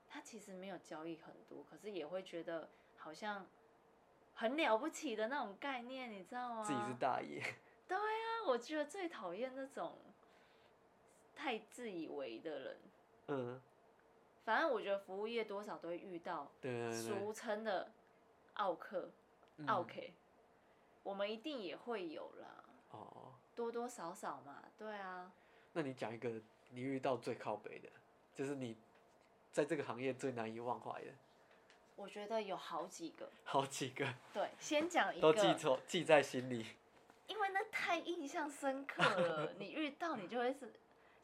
B: 他其实没有交易很多，可是也会觉得好像很了不起的那种概念，你知道吗？
A: 自己是大爷。
B: 啊，我觉得最讨厌那种太自以为的人。
A: 嗯，
B: 反正我觉得服务业多少都会遇到，
A: 对对对。
B: 俗称的奥克、
A: 嗯
B: 奥 K，我们一定也会有啦，
A: 哦，
B: 多多少少嘛，对啊，
A: 那你讲一个你遇到最靠北的，就是你在这个行业最难以忘怀的。 <laughs>
B: 我觉得有好几个。
A: 好几个
B: 对，先讲一
A: 都记
B: 个，
A: 错，记在心里。
B: 因为那太印象深刻了，你遇到你就会是，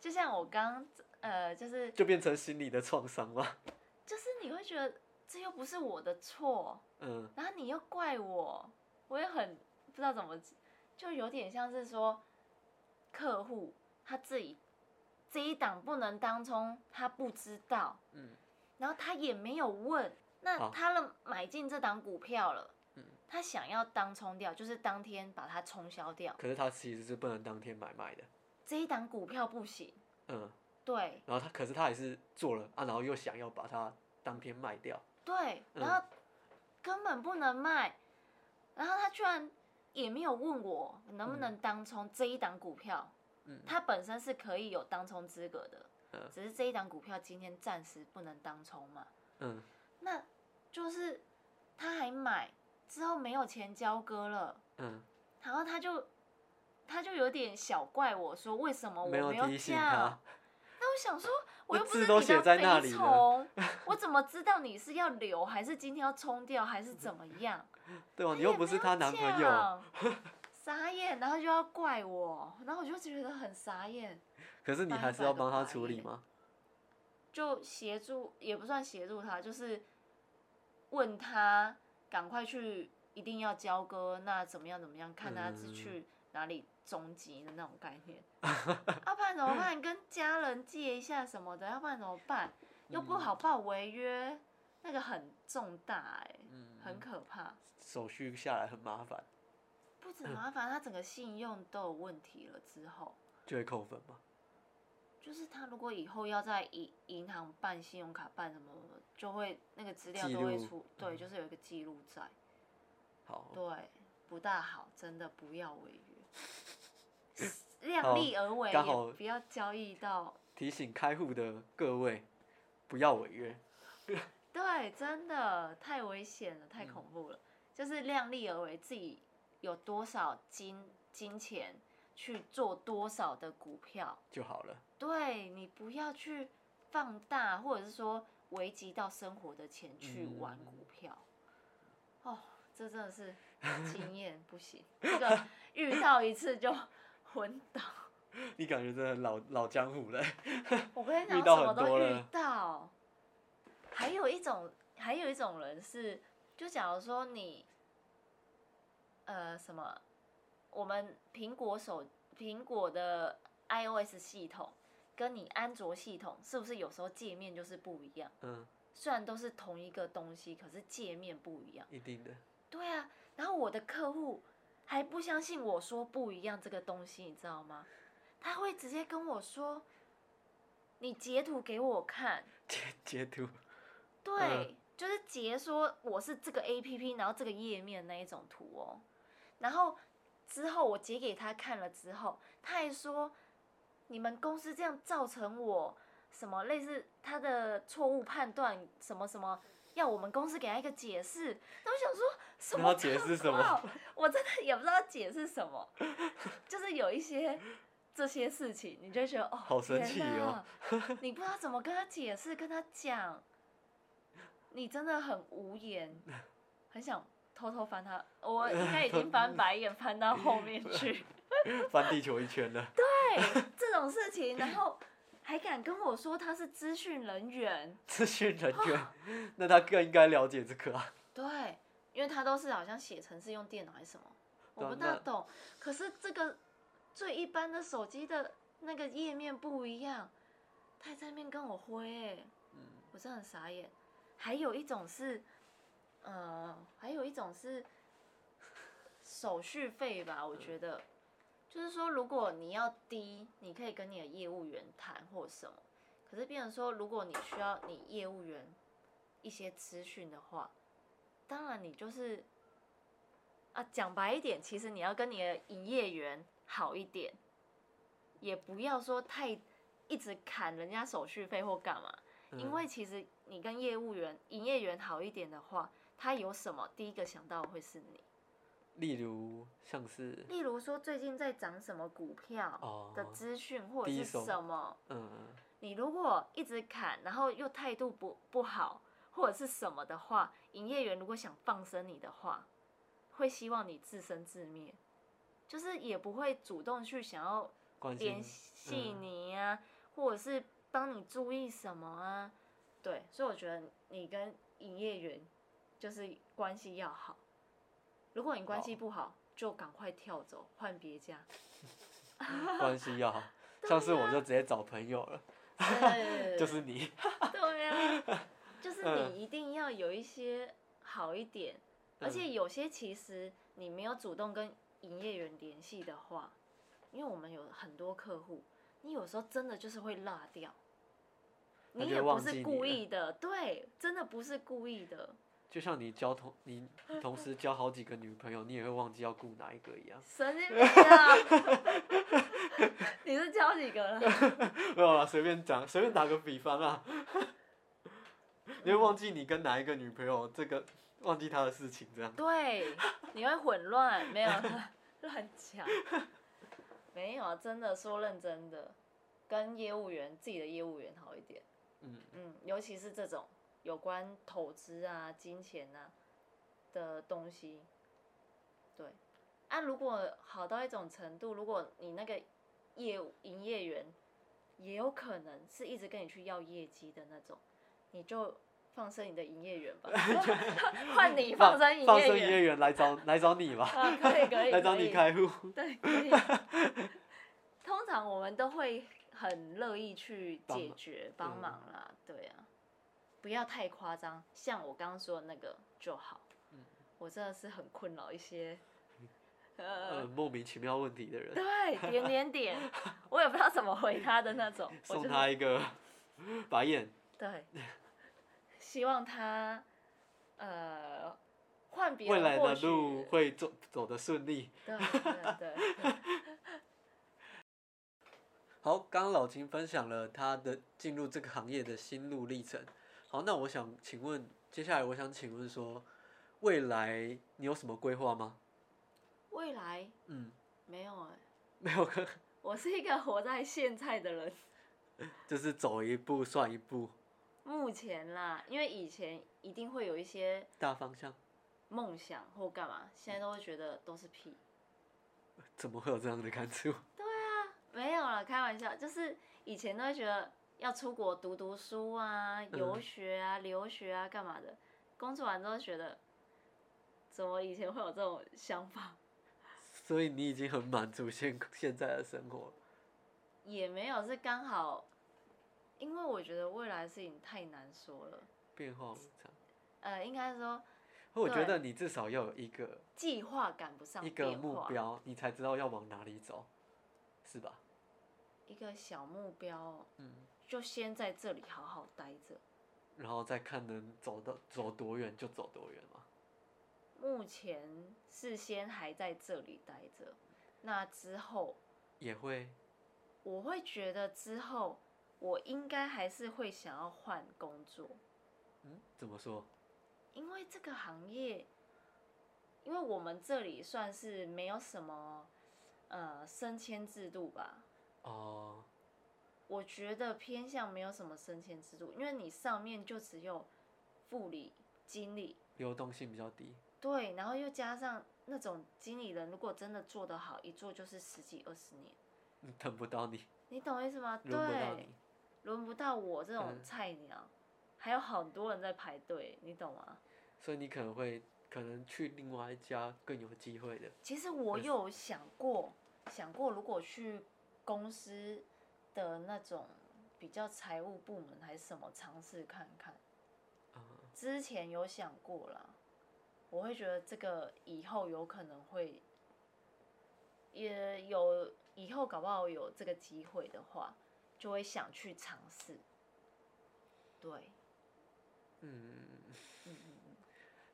B: 就像我刚呃，就是
A: 就变成心理的创伤吧。
B: 就是你会觉得这又不是我的错，
A: <laughs> 嗯，
B: 然后你又怪我，我也很不知道怎么，就有点像是说客户他自己这一档不能当冲，他不知道，
A: 嗯，
B: 然后他也没有问，那
A: 好
B: 他了买进这档股票了
A: 哦嗯。
B: 他想要当冲掉，就是当天把它冲销掉。
A: 可是他其实是不能当天买卖的。
B: 这一档股票不行，
A: 嗯，
B: 对
A: 然后他可是他还是做了啊，然后又想要把它当天卖掉。
B: 对，
A: 嗯
B: 然后根本不能卖，然后他居然也没有问我能不能当冲这一档股票，
A: 嗯
B: 他本身是可以有当冲资格的，
A: 嗯
B: 只是这一档股票今天暂时不能当冲嘛，
A: 嗯，
B: 那就是他还买之后没有钱交割了，
A: 嗯，
B: 然后他就他就有点小怪我说为什哦么我
A: 没有
B: 有
A: 提醒
B: 叫
A: 他。。
B: 那我想说，我
A: 那
B: 又不
A: 字
B: 是
A: 都
B: 你
A: 写
B: 的
A: 在那
B: 肥
A: 里了 <laughs>
B: 虫，我怎么知道你是要留，还是今天要冲掉，还是怎么样？哎
A: 对啊，
B: 他
A: 你 <laughs> 又
B: 也
A: 不
B: 没
A: 是
B: 有
A: 她男朋友。
B: 讲， <laughs> 傻眼，然后就要怪我，然后我就觉得很傻眼，
A: 可是你
B: 翻
A: 还是要
B: 白的
A: 帮他
B: 白
A: 处理
B: 眼
A: 吗？
B: 就协助也不算协助他，就是问他赶快去，一定要交割，那怎么样怎么样，看他是
A: 嗯
B: 去哪里终极的那种概念， <laughs> 要、不然怎么办？跟家人借一下什么的，要不然怎么办？又
A: 嗯
B: 不好报违约，那个很重大哎、
A: 嗯，
B: 很可怕，
A: 手续下来很麻烦，
B: 不止麻烦，他整个信用都有问题了之后。
A: 就会扣分嘛。
B: 就是他如果以后要在银银行办信用卡办什么，就会那个资料
A: 记
B: 都会
A: 录嗯哦
B: 出，对，就是有一个记录在，
A: 好，
B: 对，不大好，真的不要违约，
A: <laughs>
B: 量力而为，
A: 刚好
B: 也不要交易到，
A: 提醒开户的各位不要违约。
B: 对，真的太危险了，
A: 嗯
B: 太恐怖了，就是量力而为，自己有多少金金钱去做多少的股票，
A: 就好了。
B: 对你不要去放大，或者是说危及到生活的钱去玩
A: 嗯
B: 股票。哦，这真的是 <laughs> 经验不行，这个遇到一次就 <laughs> 昏倒。
A: 你感觉真的老老江湖了， <laughs>
B: 我跟你
A: 遇
B: 讲，
A: 到
B: 什么
A: 很多
B: 都遇
A: 了
B: 到。还有一种，还有一种人是，就假如说你，呃，什么，我们苹果手苹果的 iOS 系统跟你安卓系统是不是有时候界面就是不一样？
A: 嗯，
B: 虽然都是同一个东西，可是界面不一样。
A: 一定的，
B: 对啊，然后我的客户还不相信我说不一样这个东西，你知道吗？他会直接跟我说：“你截图给我看。
A: 截截图，”
B: 对，
A: 嗯
B: 就是截说我是这个 A P P，然后这个页面那一种图哦。然后之后我截给他看了之后，他还说：“你们公司这样造成我什么类似他的错误判断什么什么。”要我们公司给他一个解释，那我想说什
A: 然
B: 么
A: 后解释什
B: 状况 <laughs>
A: 么？
B: 我真的也不知道解释什么，就是有一些这些事情，你就会觉得哦，
A: 好生气哦
B: 天哪，你不知道怎么跟他解释，跟他讲，你真的很无言，很想偷偷翻他，我应该已经翻白眼翻到后面
A: <laughs>
B: 去，
A: 翻地球一圈了， <laughs>
B: 对这种事情，然后还敢跟我说他是资讯人员，
A: 资讯人员， <laughs> 那他更应该了解这个啊。
B: 对，因为他都是好像写程式用电脑还是什么，我
A: 对啊
B: 不大
A: 那
B: 懂。可是这个最一般的手机的那个页面不一样，他还在那边跟我挥、欸，
A: 嗯，
B: 我真的很傻眼。还有一种是，呃，还有一种是手续费吧，我觉得，就是说如果你要低，你可以跟你的业务员谈或什么。可是变成说，如果你需要你业务员一些资讯的话，当然你就是啊，讲白一点，其实你要跟你的营业员好一点，也不要说太一直砍人家手续费或干嘛。因
A: 嗯
B: 为其实你跟业务员、营业员好一点的话，他有什么第一个想到的会是你。
A: 例如像是，
B: 例如说最近在涨什么股票
A: 哦，
B: 的资讯，或者
A: 第一
B: 是
A: 手
B: 什么，
A: 嗯，
B: 你如果一直砍，然后又态度不不好，或者是什么的话，营业员如果想放生你的话，会希望你自生自灭，就是也不会主动去想要
A: 关心
B: 联系
A: 嗯
B: 你啊，或者是帮你注意什么啊。对，所以我觉得你跟营业员就是关系要好。如果你关系
A: 哦
B: 不好，就赶快跳走，换别家。
A: 关系要好。上次我就直接找朋友了，
B: 啊对
A: 就是
B: <laughs>
A: 你。
B: 对呀、就是
A: 嗯
B: 你一定要有一些好一点，而且有些其实你没有主动跟营业员联系的话，因为我们有很多客户，你有时候真的就是会落掉，
A: 他
B: 你
A: 就
B: 也
A: 会
B: 不
A: 忘
B: 是
A: 记
B: 故
A: 你了
B: 意的，对，真的不是故意的，
A: 就像你交同你你同时交好几个女朋友，你也会忘记要顾哪一个一样。
B: 神
A: <laughs>
B: 经病啊！ <laughs> 你是交几个了？
A: 没有啦，随便讲，随便打个比方
B: <laughs>
A: 啦。你会忘记你跟哪一个女朋友，这个忘记她的事情，这样
B: 对，你会混乱，没有乱讲，没有啊，真的说认真的，跟业务员自己的业务员好一点，
A: 嗯
B: 嗯，尤其是这种有关投资啊、金钱啊的东西，对，啊，如果好到一种程度，如果你那个业务营业员也有可能是一直跟你去要业绩的那种，你就。放生你的营业员吧，换你放生营
A: 放
B: 业
A: 生
B: 员
A: 营，业员来找 <laughs> 来找你吧，
B: <laughs> 啊，可以可以，
A: 来找
B: 可
A: 你
B: 以，
A: 开户。
B: <laughs> 对，可以。 <laughs> 通常我们都会很乐意去
A: 帮
B: 解
A: 忙
B: 决帮
A: 嗯
B: 忙啦，对啊，不要太夸张，像我刚刚说的那个就好。
A: 嗯
B: 我真的是很困扰
A: <laughs>
B: 一些，
A: 呃，
B: 呃，
A: 莫名其妙问题的人，
B: 对，点点点，我也不知道怎么回他的那种，我就
A: 送
B: 是
A: 他一
B: <laughs>
A: 个白眼。
B: 对，希望他呃换别
A: 未
B: 人
A: 来
B: 或
A: 的
B: 许
A: 路会走走得顺利。
B: 对对对对， <laughs>
A: 好，刚刚老秦分享了他的进入这个行业的心路历程。好，那我想请问，接下来我想请问说，未来你有什么规划吗？
B: 未来
A: 嗯， <laughs>
B: 没有哎、
A: 没有，可
B: 我是一个活在现在的人，
A: 就是走一步算一步，
B: 目前啦，因为以前一定会有一些
A: 大方向。
B: 梦想或干嘛，现在都会觉得都是屁。
A: 怎么会有这样的感触？ <laughs>
B: 没有啦，开玩笑，就是以前都会觉得要出国读读书啊、
A: 嗯
B: 游学啊、留学啊、干嘛的，工作完之后觉得，怎么以前会有这种想法？
A: 所以你已经很满足现 <laughs> 现在的生活了。
B: 也没有，是刚好，因为我觉得未来的事情太难说了。
A: 变化无常。
B: 呃，应该说
A: 我觉得你至少要有一个
B: 计划赶不上
A: 一个
B: 变
A: 目
B: 化，
A: 标，你才知道要往哪里走，是吧？
B: 一个小目标哦、
A: 嗯，
B: 就先在这里好好待着。
A: 然后再看能走到走多远就走多远嘛。
B: 目前是先还在这里待着，那之后
A: 也会
B: 我会觉得之后我应该还是会想要换工作，
A: 嗯，怎么说？
B: 因为这个行业，因为我们这里算是没有什么呃升迁制度吧，
A: 哦、
B: 我觉得偏向没有什么升迁制度，因为你上面就只有副理、经理，
A: 流动性比较低。
B: 对，然后又加上那种经理人，如果真的做得好，一做就是十几二十年，
A: 嗯等不到你，
B: 你懂我意思吗？
A: 轮不到
B: 对
A: 你，，
B: 轮不到我这种
A: 嗯
B: 菜鸟，还有很多人在排队，你懂吗？
A: 所以你可能会可能去另外一家更有机会的。
B: 其实我有想过，想过如果去公司的那种比较财务部门还是什么尝试看看，
A: 啊、
B: 之前有想过啦，我会觉得这个以后有可能会，也有以后搞不好有这个机会的话，就会想去尝试。对，
A: 嗯，
B: 嗯嗯嗯，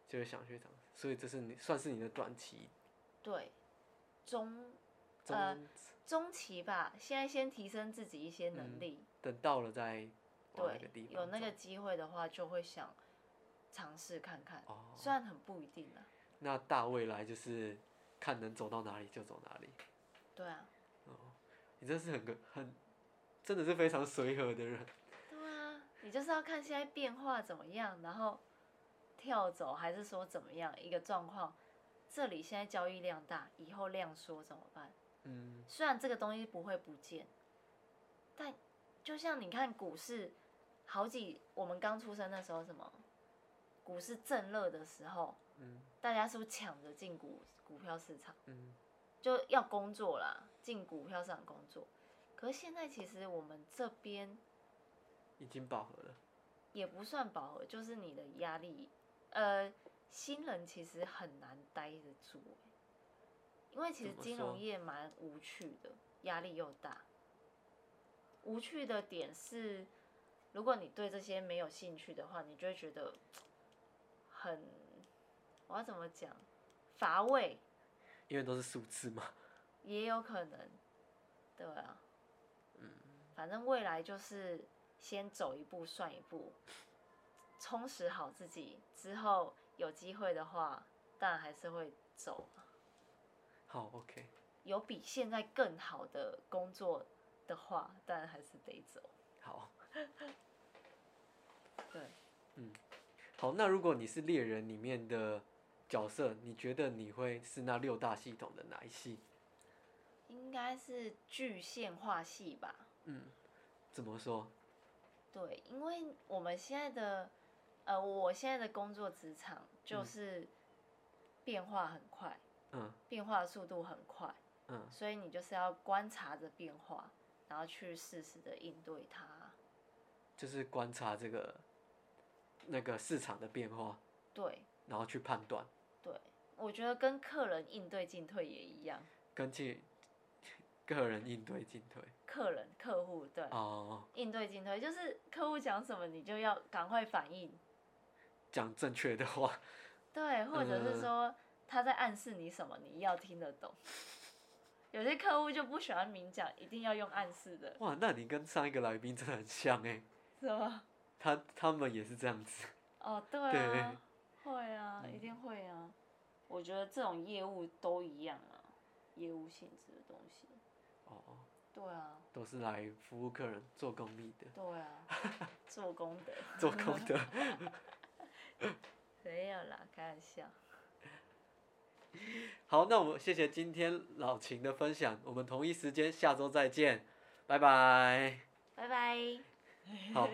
A: 就是想去尝试，所以这是你算是你的短期
B: 对，中
A: 中、
B: 呃中期吧，现在先提升自己一些能力，
A: 等到了再往那个地
B: 对，
A: 方
B: 有那个
A: 走
B: 机会的话，就会想尝试看看，
A: 哦，
B: 虽然很不一定啊，
A: 那大未来就是看能走到哪里就走哪里。
B: 对啊，
A: 哦，你真是很个很，真的是非常随和的人。
B: 对啊，你就是要看现在变化怎么样，然后跳走还是说怎么样一个状况。这里现在交易量大，以后量缩怎么办？
A: 嗯，
B: 虽然这个东西不会不见，但就像你看股市，好几我们刚出生的时候，什么股市正热的时候，
A: 嗯，
B: 大家是不是抢着进股股票市场？
A: 嗯，
B: 就要工作啦，进股票市场工作。可是现在其实我们这边
A: 已经饱和了，
B: 也不算饱和，就是你的压力，呃，新人其实很难待得住欸、因为其实
A: 怎么
B: 金
A: 说
B: 融业蛮无趣的，压力又大。无趣的点是，如果你对这些没有兴趣的话，你就会觉得很，我要怎么讲，乏味
A: 因为都是数字嘛。 <laughs>
B: 也有可能，对啊，嗯，反正未来就是先走一步算一步，充实好自己，之后有机会的话，当然还是会走。
A: 好，OK，
B: 有比现在更好的工作的话，当然还是得走。
A: 好，
B: <laughs> 对，
A: 嗯好。那如果你是猎人里面的角色，你觉得你会是那六大系统的哪一系？
B: 应该是具现化系吧。
A: 嗯，怎么说？
B: 对，因为我们现在的，呃，我现在的工作职场就是变化很快，
A: 嗯
B: 变化的速度很快，
A: 嗯
B: 所以你就是要观察着变化，然后去适时的应对它。
A: 就是观察这个那个市场的变化，
B: 对
A: 然后去判断，
B: 对，我觉得跟客人应对进退也一样，
A: 根据个人应对进退。
B: 客人客户对、
A: 哦，
B: 应对进退，就是客户讲什么你就要赶快反应，
A: 讲正确的话，
B: 对，或者
A: 嗯
B: 是说他在暗示你什么，你要听得懂。 <laughs> 有些客户就不喜欢明讲，一定要用暗示的，
A: 哇，那你跟上一个来宾真的很像哎、
B: 是吧？
A: 他他们也是这样子，
B: 哦，对啊，会啊，一定会啊。我觉得这种业务都一样啊，业务性质的东西。
A: 哦，
B: 对啊，
A: 都是来服务客人做公益的，
B: 对啊，做功德。
A: 做功德。
B: 没有啦，开玩笑。
A: <laughs> 好，那我们谢谢今天老秦的分享，我们同一时间下周再见，拜拜。
B: 拜拜。
A: 好，